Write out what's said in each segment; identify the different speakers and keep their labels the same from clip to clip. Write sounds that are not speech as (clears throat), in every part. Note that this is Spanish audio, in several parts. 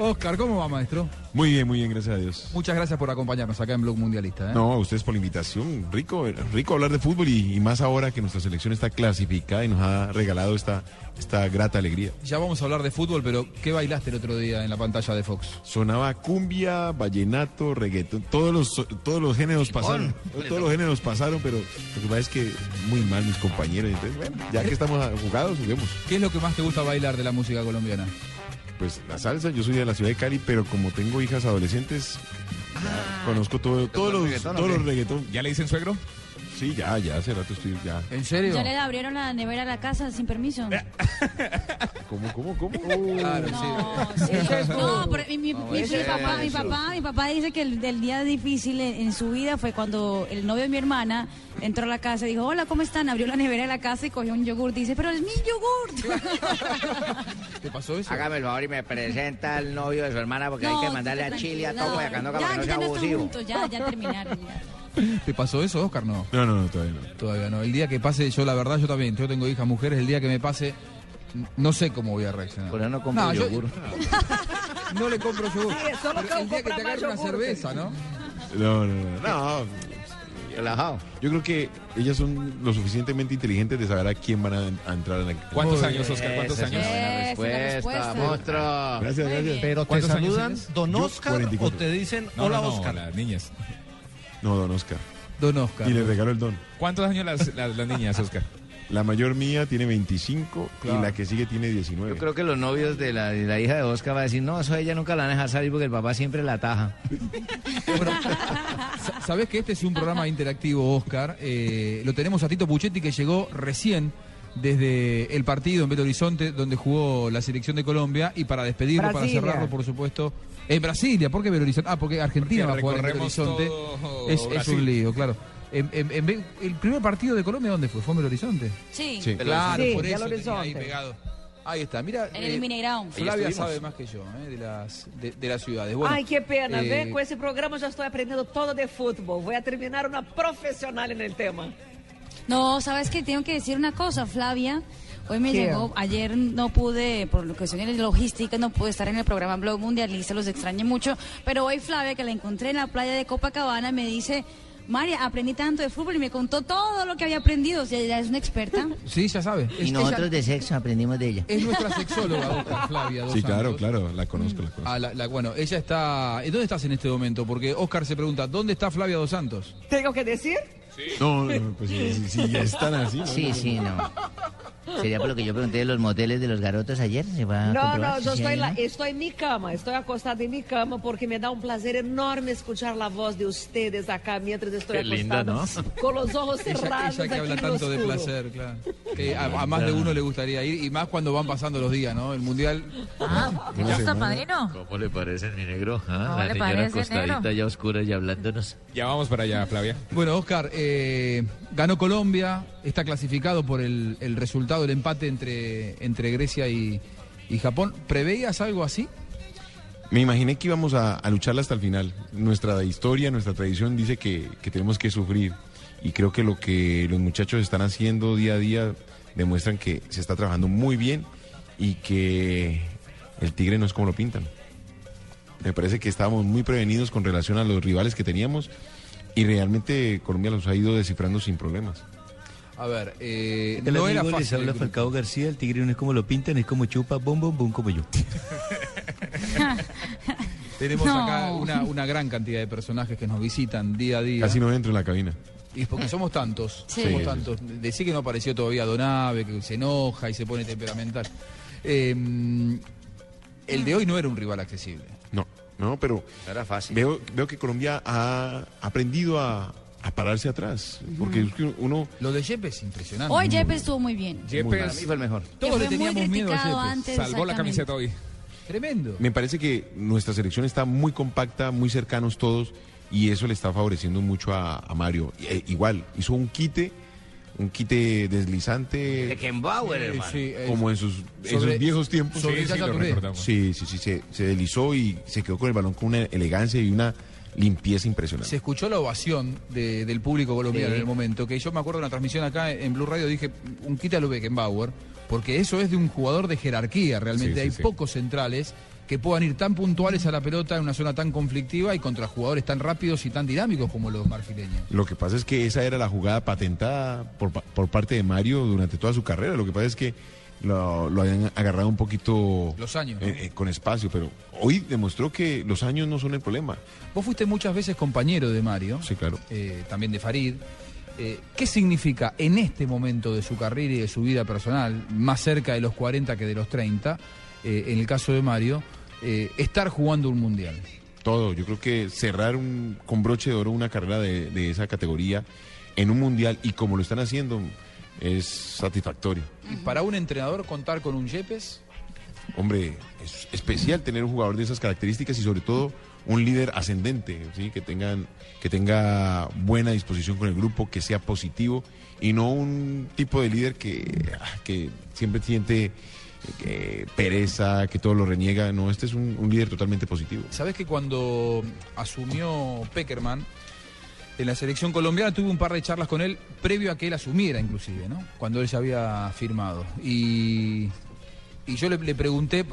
Speaker 1: Oscar, ¿cómo va, maestro?
Speaker 2: Muy bien, muy bien, gracias a Dios.
Speaker 1: Muchas gracias por acompañarnos acá en Blog Mundialista. ¿eh?
Speaker 2: No, a ustedes por la invitación. Rico, rico hablar de fútbol y, y más ahora que nuestra selección está clasificada y nos ha regalado esta, esta grata alegría.
Speaker 1: Ya vamos a hablar de fútbol, pero ¿qué bailaste el otro día en la pantalla de Fox?
Speaker 2: Sonaba cumbia, vallenato, reggaetón, todos los, todos los géneros pasaron, todos los géneros pasaron, pero lo que pasa es que muy mal mis compañeros, entonces bueno, ya que estamos jugados, juguemos.
Speaker 1: ¿Qué es lo que más te gusta bailar de la música colombiana?
Speaker 2: Pues la salsa, yo soy de la ciudad de Cali, pero como tengo hijas adolescentes, ya conozco todo, todos los,
Speaker 3: Ah. reggaetón,
Speaker 2: todos
Speaker 3: o qué?
Speaker 2: los reggaetón.
Speaker 3: ¿Ya le dicen suegro?
Speaker 2: Sí, ya, ya, hace rato estoy, ya.
Speaker 1: ¿En serio?
Speaker 4: Ya le abrieron la nevera a la casa sin permiso.
Speaker 2: ¿Cómo, cómo, cómo?
Speaker 1: Claro,
Speaker 4: No,
Speaker 1: sí.
Speaker 4: sí. No, pero mi, mi- mi- mi papá, mi papá, mi papá dice que el, del día difícil en, en su vida fue cuando el novio de mi hermana entró a la casa y dijo, hola, ¿cómo están? Abrió la nevera de la casa y cogió un yogur. Dice, pero es mi yogur.
Speaker 1: ¿Te pasó eso?
Speaker 5: Hágame el favor y me presenta al novio de su hermana porque
Speaker 4: (laughs)
Speaker 5: hay que mandarle a Chile a todo Boyacá, para que no
Speaker 4: ya,
Speaker 5: sea
Speaker 4: ya no están
Speaker 5: abusivo.
Speaker 4: juntos, ya, ya terminaron. ya.
Speaker 1: ¿Te pasó eso, Oscar? No.
Speaker 2: No, no, no, todavía no.
Speaker 1: Todavía no. El día que pase, yo la verdad, yo también, yo tengo hijas mujeres, el día que me pase, n- no sé cómo voy a reaccionar.
Speaker 5: Por eso no compro
Speaker 1: yo-
Speaker 5: yogur.
Speaker 1: (laughs) No le compro yogur.
Speaker 6: solo
Speaker 1: Pero el día que
Speaker 6: compra
Speaker 1: te
Speaker 6: más
Speaker 1: agarre una
Speaker 6: yogur.
Speaker 1: cerveza, ¿no?
Speaker 2: No, no, no. no.
Speaker 5: Relajado.
Speaker 2: Yo creo que ellas son lo suficientemente inteligentes de saber a quién van a, a entrar en la.
Speaker 3: ¿Cuántos
Speaker 1: Muy
Speaker 3: años, Oscar? ¿Cuántos
Speaker 5: Esa es
Speaker 3: años?
Speaker 5: una buena
Speaker 4: Esa es la respuesta.
Speaker 5: respuesta, monstruo.
Speaker 2: Gracias, gracias.
Speaker 7: Pero te
Speaker 3: ¿Cuántos años
Speaker 7: saludan
Speaker 3: tienes?
Speaker 7: Don
Speaker 2: Yo,
Speaker 7: Oscar
Speaker 2: 44.
Speaker 7: o te dicen
Speaker 3: No,
Speaker 7: hola
Speaker 3: no, no,
Speaker 7: Oscar.
Speaker 3: las niñas.
Speaker 2: No, don Oscar.
Speaker 1: Don Oscar.
Speaker 2: Y le regaló el don.
Speaker 3: ¿Cuántos años las, las, las niñas, Oscar?
Speaker 2: La mayor mía tiene 25
Speaker 1: Claro.
Speaker 2: y la que sigue tiene 19.
Speaker 5: Yo creo que los novios de la, de la hija de Oscar van a decir, no, eso a ella nunca la van a dejar salir porque el papá siempre la ataja.
Speaker 1: Bueno, sa- sabés que este es un programa interactivo, Oscar. Eh, lo tenemos a Tito Puchetti que llegó recién desde el partido en Belo Horizonte, donde jugó la selección de Colombia. Y para despedirlo,
Speaker 6: Brasilia.
Speaker 1: para cerrarlo, por supuesto. En Brasilia, ¿por qué Belo Horizonte? Ah, porque Argentina
Speaker 3: Porque
Speaker 1: va a jugar en Belo
Speaker 3: recorremos
Speaker 1: Horizonte.
Speaker 3: todo
Speaker 1: Es, es
Speaker 3: Brasil.
Speaker 1: un lío, claro. En- en- en Be- ¿El primer partido de Colombia dónde fue? ¿Fue en Belo Horizonte?
Speaker 4: Sí,
Speaker 2: Sí.
Speaker 1: Claro,
Speaker 6: Sí,
Speaker 1: por
Speaker 6: Belo
Speaker 1: eso tenía ahí
Speaker 6: Horizonte.
Speaker 1: pegado. Ahí está, mira.
Speaker 4: en el
Speaker 1: eh,
Speaker 4: Mineirão.
Speaker 1: Flavia
Speaker 5: estuvimos.
Speaker 1: sabe más que yo eh, de, las, de, de las ciudades. Bueno,
Speaker 6: Ai, que pena,
Speaker 1: eh,
Speaker 6: vem. Com esse programa eu já estou aprendendo todo de futebol. Vou terminar uma profissional no tema.
Speaker 4: No, sabes que tengo que decir una cosa, Flavia. Hoy me
Speaker 6: ¿Qué?
Speaker 4: llegó, ayer no pude, por lo que son de logística, no pude estar en el programa Blog Mundialista, los extrañé mucho. Pero hoy Flavia, que la encontré en la playa de Copacabana, me dice, María, aprendí tanto de fútbol y me contó todo lo que había aprendido. O sea, ella es una experta.
Speaker 1: Sí, Este ya sabe. Es-
Speaker 5: Y
Speaker 1: ella-
Speaker 5: nosotros de sexo aprendimos de ella.
Speaker 1: Es nuestra
Speaker 5: (laughs)
Speaker 1: sexóloga, doctora Flavia. Dos
Speaker 2: Sí, claro,
Speaker 1: Santos.
Speaker 2: claro. La conozco, la conozco.
Speaker 1: Ah, la- la- bueno, ella está. ¿Dónde estás en este momento? Porque Oscar se pregunta, ¿dónde está Flavia Dos Santos?
Speaker 6: Tenho que dizer?
Speaker 2: No, no, pues si, si- si ya están así. ¿no?
Speaker 5: Sí, sí, no. Sería por lo que yo pregunté de los moteles de los garotos ayer. ¿Se
Speaker 1: Ah,
Speaker 5: va a
Speaker 6: Não,
Speaker 5: comprobar
Speaker 6: não,
Speaker 5: si
Speaker 6: eu
Speaker 5: sí
Speaker 6: estou,
Speaker 5: hay,
Speaker 6: lá,
Speaker 5: no?
Speaker 6: estou em minha cama, estou acostada em minha cama porque me dá um prazer enorme escutar a voz de vocês acá mientras estou
Speaker 3: Qué linda,
Speaker 6: acostada com
Speaker 1: (laughs)
Speaker 6: os olhos
Speaker 1: Ella,
Speaker 6: cerrados
Speaker 1: ella que
Speaker 6: aqui
Speaker 1: habla
Speaker 6: no
Speaker 1: tanto de
Speaker 6: escuro.
Speaker 1: placer, claro. Que a, a más de uno le gustaría ir, y más cuando van pasando los días, ¿no? El mundial.
Speaker 8: ¿Te gusta, padrino?
Speaker 9: ¿Cómo le parece, mi negro?
Speaker 8: ¿Cómo
Speaker 9: Ah,
Speaker 8: le
Speaker 9: La señora
Speaker 8: parece, negro?
Speaker 9: acostadita ya oscura y hablándonos.
Speaker 3: Ya vamos para allá, Flavia.
Speaker 1: Bueno, Oscar, eh, ganó Colombia, está clasificado por el, el resultado, el empate entre, entre Grecia y, y Japón. ¿Preveías algo así?
Speaker 2: Me imaginé que íbamos a, a lucharla hasta el final. Nuestra historia, nuestra tradición dice que, que tenemos que sufrir. Y creo que lo que los muchachos están haciendo día a día demuestran que se está trabajando muy bien y que el tigre no es como lo pintan. Me parece que estábamos muy prevenidos con relación a los rivales que teníamos y realmente Colombia los ha ido descifrando sin problemas.
Speaker 1: A ver, eh, no era fácil. el grupo.
Speaker 7: García, el tigre no es como lo pintan, es como chupa, bom, bom, bom, como yo.
Speaker 1: Tenemos
Speaker 4: No.
Speaker 1: acá una, una gran cantidad de personajes que nos visitan día a día.
Speaker 2: Casi no entro en la cabina.
Speaker 1: Y porque somos tantos,
Speaker 4: Sí.
Speaker 1: somos
Speaker 2: Sí.
Speaker 1: tantos. Decí que no apareció todavía Donave, que se enoja y se pone temperamental. Eh, el de hoy no era un rival accesible.
Speaker 2: No, no, pero
Speaker 5: Era fácil.
Speaker 2: Veo, veo que Colombia ha aprendido a, a pararse atrás, porque es que uno...
Speaker 1: Lo de Yepes es impresionante.
Speaker 4: Hoy Jeppe estuvo muy bien.
Speaker 5: Para mí
Speaker 3: Yepes
Speaker 5: fue el mejor.
Speaker 4: Que
Speaker 1: Todos le
Speaker 4: fue muy
Speaker 1: teníamos miedo a
Speaker 4: criticado
Speaker 1: Yepes.
Speaker 4: antes.
Speaker 3: salvó la
Speaker 4: exactamente.
Speaker 3: camiseta hoy.
Speaker 1: Tremendo.
Speaker 2: Me parece que nuestra selección está muy compacta, muy cercanos todos, y eso le está favoreciendo mucho a, a Mario. Y, eh, igual, hizo un quite, un quite
Speaker 5: De
Speaker 2: deslizante,
Speaker 5: Kembauer, hermano.
Speaker 1: Sí, eh,
Speaker 2: como en sus
Speaker 1: sobre-
Speaker 2: esos viejos tiempos.
Speaker 1: sobre
Speaker 3: Sí, sí,
Speaker 1: Yaya
Speaker 3: lo
Speaker 1: Touré.
Speaker 3: recordamos.
Speaker 2: Sí, sí, sí, se, se deslizó y se quedó con el balón con una elegancia y una limpieza
Speaker 1: Se
Speaker 2: impresionante.
Speaker 1: escuchó la ovación de- del público colombiano
Speaker 5: Sí.
Speaker 1: en el momento, que yo me acuerdo de una transmisión acá en Blue Radio, dije, un quítalo Beckenbauer, porque eso es de un jugador de jerarquía, realmente
Speaker 3: Sí, sí,
Speaker 1: hay
Speaker 3: sí.
Speaker 1: pocos centrales que puedan ir tan puntuales a la pelota en una zona tan conflictiva y contra jugadores tan rápidos y tan dinámicos como los marfileños.
Speaker 2: Lo que pasa es que esa era la jugada patentada por, pa- por parte de Mario durante toda su carrera. Lo que pasa es que lo, lo habían agarrado un poquito
Speaker 1: Los años,
Speaker 2: eh,
Speaker 1: ¿no?
Speaker 2: eh, con espacio, pero hoy demostró que los años no son el problema.
Speaker 1: Vos fuiste muchas veces compañero de Mario,
Speaker 2: Sí, claro.
Speaker 1: eh, también de Farid. Eh, ¿Qué significa en este momento de su carrera y de su vida personal, más cerca de los 40 que de los 30, eh, en el caso de Mario, eh, estar jugando un mundial?
Speaker 2: Todo, yo creo que cerrar un- con broche de oro una carrera de, de esa categoría en un mundial y como lo están haciendo es satisfactorio.
Speaker 1: Y para un entrenador contar con un Yepes,
Speaker 2: Hombre, es especial tener un jugador de esas características y sobre todo un líder ascendente, ¿sí? que, tengan, que tenga buena disposición con el grupo, que sea positivo y no un tipo de líder que, ah, que siempre siente eh, que pereza, que todo lo reniega. No, este es un, un líder totalmente positivo.
Speaker 1: Sabes que cuando asumió Peckerman en la selección colombiana tuve un par de charlas con él previo a que él asumiera inclusive, ¿no? Cuando él ya había firmado. Y, y yo le, le pregunté,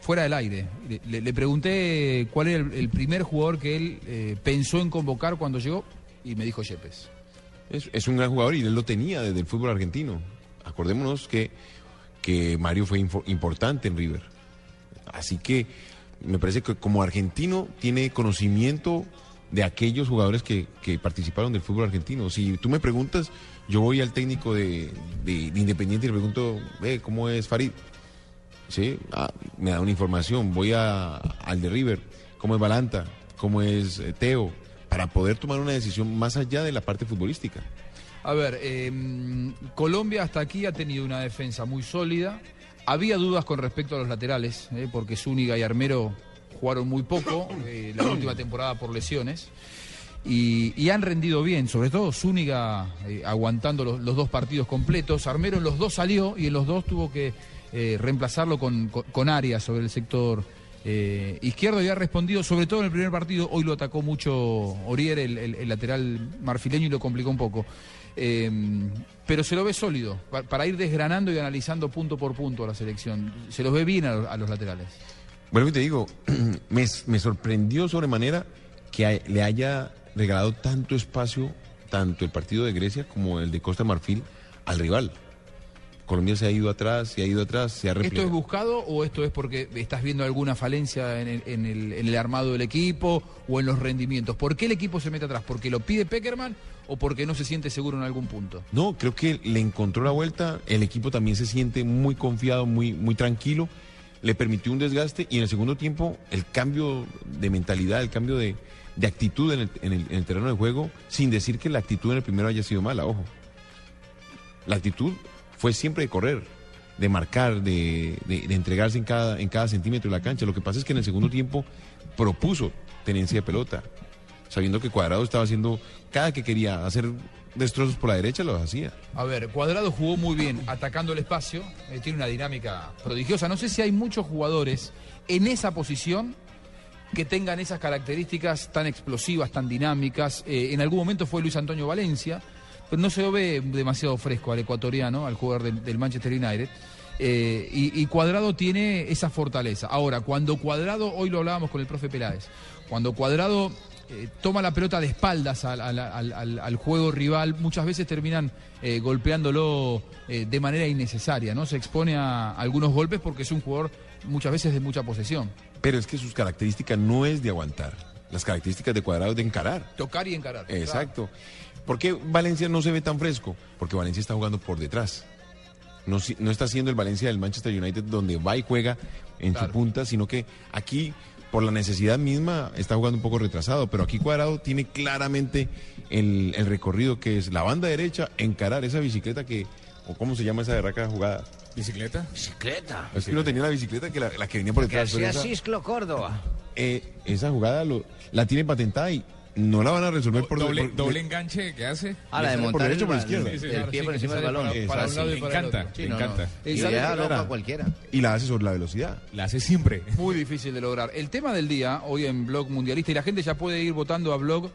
Speaker 1: fuera del aire, le- le, le pregunté cuál era el, el primer jugador que él eh, pensó en convocar cuando llegó y me dijo Yepes.
Speaker 2: Es, es un gran jugador y él lo tenía desde el fútbol argentino. Acordémonos que, que Mario fue info- importante en River. Así que me parece que como argentino tiene conocimiento de aquellos jugadores que, que participaron del fútbol argentino. Si tú me preguntas, yo voy al técnico de, de- de Independiente y le pregunto, "Eh, ¿cómo es Farid? ¿sí? Ah, me da una información, voy a, al de River, cómo es Balanta, cómo es eh, Teo, para poder tomar una decisión más allá de la parte futbolística.
Speaker 1: A ver, eh, Colombia hasta aquí ha tenido una defensa muy sólida. Había dudas con respecto a los laterales, eh, porque Zúñiga y Armero jugaron muy poco eh, la última temporada por lesiones. Y, y han rendido bien, sobre todo Zúñiga eh, aguantando los, los dos partidos completos. Armero en los dos salió y en los dos tuvo que eh, reemplazarlo con, con, con Arias sobre el sector eh, izquierdo. Y ha respondido, sobre todo en el primer partido, hoy lo atacó mucho Orier, el, el- el lateral marfileño, y lo complicó un poco. Eh, pero se lo ve sólido, pa- para ir desgranando y analizando punto por punto a la selección. Se los ve bien a, los- a los laterales.
Speaker 2: Bueno, y te digo, (clears throat) me, me sorprendió sobremanera que hay- le haya regalado tanto espacio, tanto el partido de Grecia como el de Costa Marfil, al rival. Colombia se ha ido atrás, se ha ido atrás, se ha
Speaker 1: ¿Esto es
Speaker 2: replegado.
Speaker 1: buscado o esto es porque estás viendo alguna falencia en el, en el- en el armado del equipo o en los rendimientos? ¿Por qué el equipo se mete atrás? ¿Porque lo pide Peckerman o porque no se siente seguro en algún punto?
Speaker 2: No, creo que le encontró la vuelta. El equipo también se siente muy confiado, muy, muy tranquilo. Le permitió un desgaste y en el segundo tiempo el cambio de mentalidad, el cambio de, de actitud en el, en el- en el terreno de juego, sin decir que la actitud en el primero haya sido mala, ojo. La actitud fue siempre de correr, de marcar, de, de- de entregarse en cada, en cada centímetro de la cancha. Lo que pasa es que en el segundo tiempo propuso tenencia de pelota, sabiendo que Cuadrado estaba haciendo, cada que quería hacer destrozos por la derecha, los hacía.
Speaker 1: A ver, Cuadrado jugó muy bien atacando el espacio, eh, tiene una dinámica prodigiosa. No sé si hay muchos jugadores en esa posición que tengan esas características tan explosivas, tan dinámicas. Eh, en algún momento fue Luis Antonio Valencia, pero no se lo ve demasiado fresco al ecuatoriano, al jugador del, del Manchester United. Eh, y, y Cuadrado tiene esa fortaleza. Ahora, cuando Cuadrado, hoy lo hablábamos con el profe Peláez, cuando Cuadrado eh, toma la pelota de espaldas al, al- al- al- al juego rival, muchas veces terminan eh, golpeándolo eh, de manera innecesaria, ¿no? Se expone a algunos golpes porque es un jugador muchas veces de mucha posesión.
Speaker 2: Pero es que sus características no es de aguantar. Las características de cuadrado es de encarar.
Speaker 1: Tocar y encarar.
Speaker 2: Exacto. ¿Por qué Valencia no se ve tan fresco? Porque Valencia está jugando por detrás. No, si- no está siendo el Valencia del Manchester United donde va y juega en
Speaker 1: Claro.
Speaker 2: su punta, sino que aquí, por la necesidad misma, está jugando un poco retrasado. Pero aquí Cuadrado tiene claramente el, el recorrido que es la banda derecha, encarar esa bicicleta que, o cómo se llama esa berraca jugada.
Speaker 3: ¿Bicicleta?
Speaker 9: Bicicleta.
Speaker 2: Es que uno tenía la bicicleta que la, la que venía por
Speaker 5: Que
Speaker 2: detrás. pero
Speaker 5: hacía
Speaker 2: esa-
Speaker 5: Cisco Córdoba.
Speaker 2: eh, esa jugada lo- la tiene patentada y no la van a resolver por
Speaker 3: doble,
Speaker 2: por-
Speaker 3: doble enganche que hace.
Speaker 5: Ah,
Speaker 2: Le
Speaker 5: la de
Speaker 2: sale por
Speaker 5: montar
Speaker 2: derecha o por
Speaker 5: el,
Speaker 2: izquierda.
Speaker 5: el
Speaker 2: Sí,
Speaker 5: pie
Speaker 1: Ahora sí,
Speaker 5: por
Speaker 1: que
Speaker 5: encima
Speaker 1: sale
Speaker 5: del balón.
Speaker 1: Para, para un
Speaker 2: Exacto.
Speaker 1: lado
Speaker 3: Me
Speaker 1: y para el
Speaker 3: encanta,
Speaker 1: otro.
Speaker 3: me encanta.
Speaker 2: Y
Speaker 5: Y
Speaker 2: sale
Speaker 5: deja
Speaker 2: primera.
Speaker 5: loco a cualquiera.
Speaker 2: y la hace sobre la velocidad.
Speaker 3: La hace siempre.
Speaker 1: Muy difícil de lograr. El tema del día, hoy en Blog Mundialista, y la gente ya puede ir votando a Blog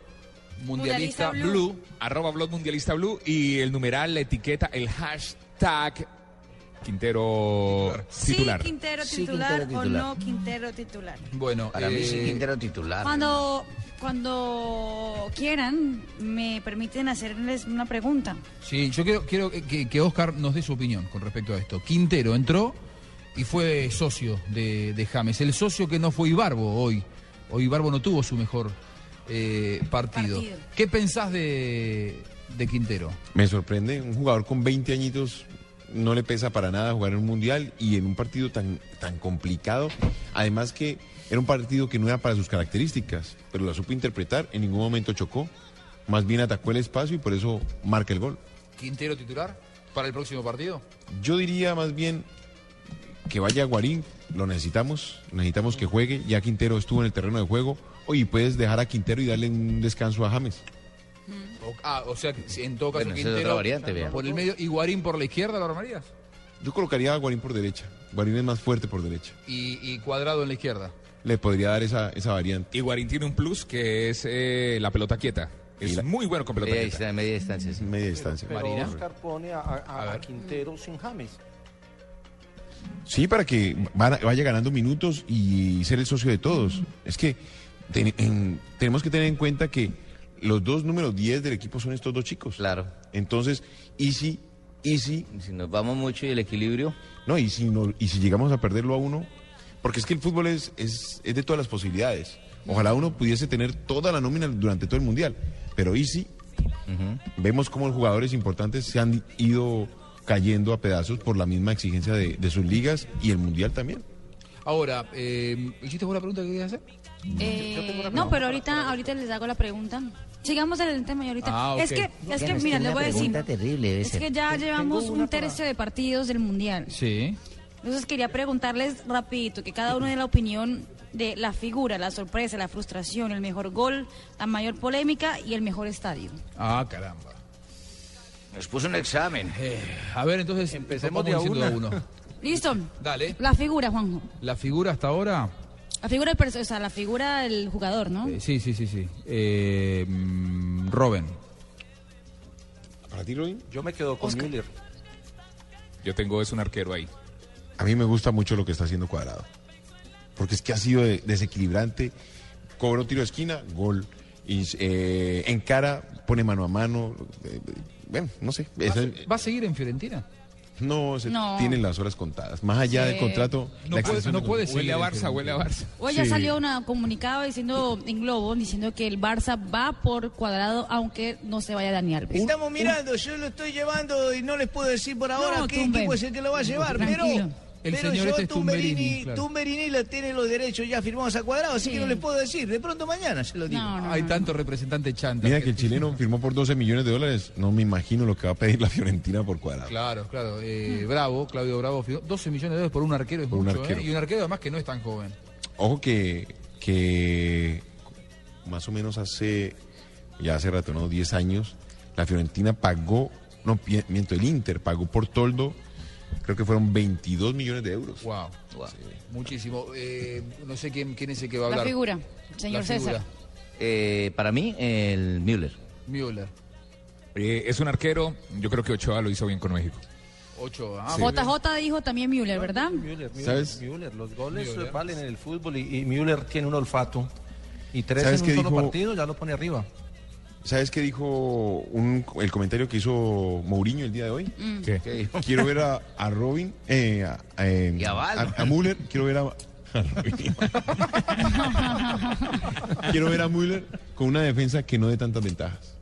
Speaker 1: Mundialista,
Speaker 4: Mundialista Blue.
Speaker 1: Blue.
Speaker 3: Arroba blog mundialista blue y el numeral, la etiqueta, el hashtag Quintero titular.
Speaker 10: Sí, Quintero
Speaker 5: Sí,
Speaker 10: titular
Speaker 5: Quintero
Speaker 10: o
Speaker 5: titular.
Speaker 10: no Quintero titular.
Speaker 1: Bueno,
Speaker 5: Para mí sí,
Speaker 1: eh,
Speaker 5: Quintero titular.
Speaker 4: Ah, Cuando, cuando quieran, me permiten hacerles una pregunta.
Speaker 1: Sí, yo quiero, quiero que, que Oscar nos dé su opinión con respecto a esto. Quintero entró y fue socio de, de James. El socio que no fue Ibarbo hoy. Hoy Ibarbo no tuvo su mejor eh, partido.
Speaker 4: Partido.
Speaker 1: ¿Qué pensás de, de Quintero?
Speaker 2: Me sorprende, un jugador con 20 añitos no le pesa para nada jugar en un mundial y en un partido tan, tan complicado. Además que era un partido que no era para sus características, pero la supo interpretar, en ningún momento chocó, más bien atacó el espacio y por eso marca el gol.
Speaker 1: ¿Quintero titular para el próximo partido?
Speaker 2: Yo diría más bien que vaya a Guarín, lo necesitamos, necesitamos que juegue, ya Quintero estuvo en el terreno de juego, oye, puedes dejar a Quintero y darle un descanso a James.
Speaker 1: O, ah, o sea, que si en todo caso
Speaker 9: Bueno, esa es
Speaker 1: Quintero
Speaker 9: otra variante, vea.
Speaker 1: por el medio y Guarín por la izquierda, ¿lo armarías?
Speaker 2: Yo colocaría a Guarín por derecha, Guarín es más fuerte por derecha,
Speaker 1: Y, y Cuadrado en la izquierda.
Speaker 2: le podría dar esa, esa variante.
Speaker 3: Y Guarín tiene un plus que es eh, la pelota quieta.
Speaker 2: Y
Speaker 3: Es
Speaker 2: la-
Speaker 3: muy bueno con pelota
Speaker 9: Media
Speaker 3: quieta.
Speaker 9: distancia, media distancia, sí.
Speaker 2: Media distancia.
Speaker 1: Marina.
Speaker 11: pone a,
Speaker 1: A ver.
Speaker 11: Quintero sin James.
Speaker 2: Sí, para que van- vaya ganando minutos y ser el socio de todos. Es que ten- en- tenemos que tener en cuenta que los dos números 10 del equipo son estos dos chicos.
Speaker 9: Claro.
Speaker 2: Entonces, y si, y si,
Speaker 9: Si nos vamos mucho y el equilibrio,
Speaker 2: no, y si, no- y si llegamos a perderlo a uno, porque es que el fútbol es, es, es de todas las posibilidades. Ojalá uno pudiese tener toda la nómina durante todo el mundial. Pero y si, vemos cómo los jugadores importantes se han ido cayendo a pedazos por la misma exigencia de- de sus ligas y el mundial también.
Speaker 1: Ahora, eh, ¿hiciste vos la pregunta que querías hacer?
Speaker 4: Eh, no, pero ahorita, ahorita les hago la pregunta. Sigamos en el tema y ahorita.
Speaker 1: Ah, ok.
Speaker 4: Es que, es que mira, les voy a decir. Es que ya llevamos un tercio de partidos del Mundial.
Speaker 1: Sí.
Speaker 4: Entonces quería preguntarles rapidito, que cada uno dé la opinión de la figura, la sorpresa, la frustración, el mejor gol, la mayor polémica y el mejor estadio.
Speaker 1: Ah, caramba.
Speaker 5: Nos puso un examen.
Speaker 1: Eh, a ver, entonces empecemos de a uno.
Speaker 4: Listo.
Speaker 1: Dale.
Speaker 4: La figura, Juanjo.
Speaker 1: La figura hasta ahora.
Speaker 4: La figura del perso- o sea, la figura del jugador, ¿no?
Speaker 1: eh, sí, sí, sí, sí. Eh, mm, Robin.
Speaker 2: ¿Para ti, Robin?
Speaker 11: Yo me quedo con Müller.
Speaker 3: Yo tengo es un arquero ahí.
Speaker 2: A mí me gusta mucho lo que está haciendo Cuadrado. Porque es que ha sido de- desequilibrante. Cobra un tiro de esquina, gol. Y, eh, encara, pone mano a mano. eh, eh, bueno, no sé.
Speaker 1: ¿Va,
Speaker 2: Esa-
Speaker 1: a- va a seguir en Fiorentina?
Speaker 2: no, se
Speaker 4: No.
Speaker 2: tienen las horas contadas. Más allá
Speaker 4: Sí.
Speaker 2: del contrato,
Speaker 1: No puede-
Speaker 2: la extensión
Speaker 1: no
Speaker 2: del
Speaker 1: puede
Speaker 2: contrato.
Speaker 1: seguir
Speaker 3: Huele a
Speaker 1: en
Speaker 3: Barça,
Speaker 1: Fiorentina.
Speaker 3: huele a Barça.
Speaker 4: Hoy ya
Speaker 2: Sí.
Speaker 4: salió un comunicado diciendo en Globo, diciendo que el Barça va por cuadrado, aunque no se vaya Dani Alves.
Speaker 5: Estamos mirando, yo lo estoy llevando y no les puedo decir por ahora
Speaker 4: No,
Speaker 5: qué
Speaker 4: Tumbe.
Speaker 5: equipo es el que lo va a llevar,
Speaker 4: Tranquilo.
Speaker 5: pero,
Speaker 1: El
Speaker 5: pero
Speaker 1: señor
Speaker 5: yo
Speaker 1: este es Tumberini,
Speaker 5: Tumberini,
Speaker 1: claro.
Speaker 5: Tumberini lo tiene los derechos ya firmados a cuadrado, así
Speaker 4: Sí.
Speaker 5: que no les puedo decir, de pronto mañana se lo digo.
Speaker 4: No, no,
Speaker 1: Hay
Speaker 4: no.
Speaker 1: tanto representante chanta.
Speaker 2: Mira que el chileno firmó por 12 millones de dólares. No me imagino lo que va a pedir la Fiorentina por Cuadrado.
Speaker 1: Claro, claro. eh,
Speaker 4: Mm.
Speaker 1: Bravo, Claudio Bravo, firmó 12 millones de dólares por un arquero es
Speaker 2: Por un
Speaker 1: mucho, ¿eh?
Speaker 2: arquero.
Speaker 1: Y un arquero además que no es tan joven.
Speaker 2: Ojo que, que más o menos hace, ya hace rato, ¿no? 10 años, la Fiorentina pagó, no, pi- miento, el Inter pagó por toldo, creo que fueron 22 millones de euros.
Speaker 1: Wow. Muchísimo. Eh, no sé quién, quién es el que va a
Speaker 4: La
Speaker 1: hablar.
Speaker 4: figura, señor
Speaker 1: La figura.
Speaker 4: César.
Speaker 9: eh, para mí, el Müller.
Speaker 1: Müller.
Speaker 3: Eh, es un arquero. Yo creo que Ochoa lo hizo bien con México.
Speaker 1: 8. Ah, muy bien.
Speaker 4: JJ dijo también Müller, ¿verdad?
Speaker 11: Müller, Müller,
Speaker 2: ¿Sabes?
Speaker 11: Müller. Los goles eh, valen en el fútbol y, y Müller tiene un olfato. Y tres
Speaker 2: ¿Sabes
Speaker 11: en
Speaker 2: qué
Speaker 11: un solo
Speaker 2: dijo?
Speaker 11: partido ya lo pone arriba.
Speaker 2: ¿Sabes qué dijo un- el comentario que hizo Mourinho el día de hoy?
Speaker 1: Mm.
Speaker 9: ¿Qué
Speaker 2: (laughs) Quiero ver a, a Robin, eh, a, eh,
Speaker 9: Y a Baldo.
Speaker 2: a- a Müller, quiero ver a, a Robin. quiero ver a Müller con una defensa que no dé tantas ventajas.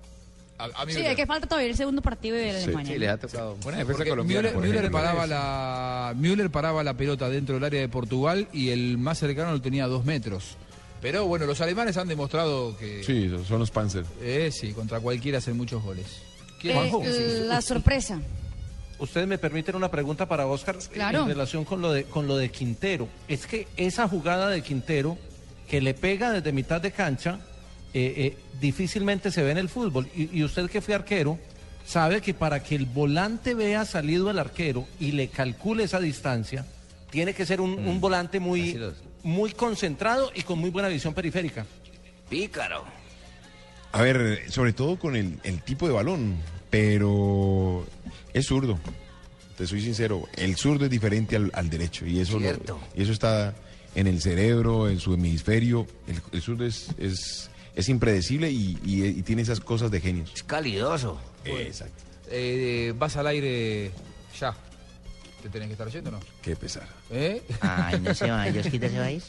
Speaker 1: A- a
Speaker 4: Sí,
Speaker 1: Müller.
Speaker 4: es que falta todavía el segundo partido de
Speaker 2: Sí.
Speaker 4: Alemania. Eh,
Speaker 9: le ha tocado?
Speaker 3: Buena defensa
Speaker 1: Porque
Speaker 3: colombiana.
Speaker 1: Müller,
Speaker 3: por
Speaker 1: Müller
Speaker 3: ejemplo.
Speaker 1: paraba la, Müller paraba la pelota dentro del área de Portugal y el más cercano lo tenía a dos metros. Pero bueno, los alemanes han demostrado que
Speaker 2: Sí, son los Panzer.
Speaker 1: eh, sí, contra cualquiera hacen muchos goles.
Speaker 4: Eh, la sorpresa.
Speaker 11: Ustedes me permiten una pregunta para Oscar
Speaker 4: Claro.
Speaker 11: en relación con lo, de, con lo de Quintero. Es que esa jugada de Quintero que le pega desde mitad de cancha eh, eh, difícilmente se ve en el fútbol. Y, y usted que fue arquero sabe que para que el volante vea salido el arquero y le calcule esa distancia, tiene que ser un, un volante
Speaker 9: Mm. así
Speaker 11: muy,
Speaker 9: lo es.
Speaker 11: muy concentrado y con muy buena visión periférica.
Speaker 9: Pícaro.
Speaker 2: A ver, sobre todo con el, el tipo de balón, pero es zurdo. te soy sincero, el zurdo es diferente al, al derecho y eso, lo-
Speaker 9: Cierto.
Speaker 2: y eso está en el cerebro, en su hemisferio. El, el zurdo es, es, es impredecible y, y- y tiene esas cosas de genios.
Speaker 9: Es calidoso.
Speaker 2: Exacto.
Speaker 1: Eh, vas al aire ya. ¿Te tenés que estar yendo o no?
Speaker 2: Qué pesar.
Speaker 1: ¿Eh? (laughs)
Speaker 9: Ay, no se va. ¿Yosquita se va a ir?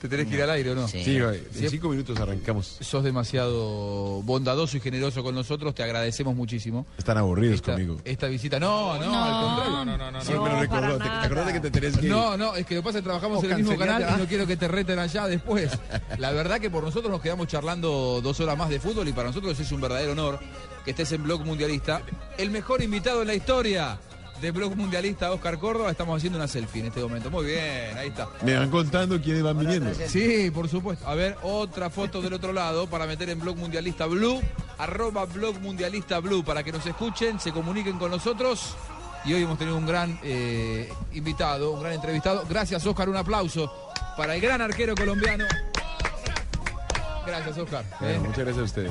Speaker 1: ¿Te tenés que ir al aire o no?
Speaker 9: Sí.
Speaker 2: Sí, va, en
Speaker 1: Siempre-
Speaker 2: cinco minutos arrancamos.
Speaker 1: Sos demasiado bondadoso y generoso con nosotros, te agradecemos muchísimo.
Speaker 2: Están aburridos
Speaker 1: Esta,
Speaker 2: conmigo.
Speaker 1: esta visita, no, no,
Speaker 4: No.
Speaker 1: al contrario.
Speaker 3: no, no, no.
Speaker 2: Siempre
Speaker 6: no,
Speaker 2: lo
Speaker 6: para
Speaker 2: recordó. ¿Te,
Speaker 6: nada.
Speaker 2: te acordás de que te tenés que ir?
Speaker 1: No, no, es que lo que pasa es que trabajamos
Speaker 2: O
Speaker 1: en el mismo
Speaker 2: cancelate,
Speaker 1: canal y
Speaker 2: ah.
Speaker 1: no quiero que te reten allá después. La verdad que por nosotros nos quedamos charlando dos horas más de fútbol y para nosotros es un verdadero honor que estés en Blog Mundialista. El mejor invitado en la historia de Blog Mundialista, Oscar Córdoba. Estamos haciendo una selfie en este momento. Muy bien, ahí está.
Speaker 2: Me van contando quiénes van viniendo.
Speaker 1: Sí, por supuesto. A ver, otra foto del otro lado para meter en Blog Mundialista Blue, arroba Blog Mundialista Blue, para que nos escuchen, se comuniquen con nosotros. Y hoy hemos tenido un gran eh, invitado, un gran entrevistado. Gracias, Oscar, un aplauso para el gran arquero colombiano. Gracias, Oscar. ¿eh?
Speaker 2: Bueno, Eh, muchas gracias a ustedes.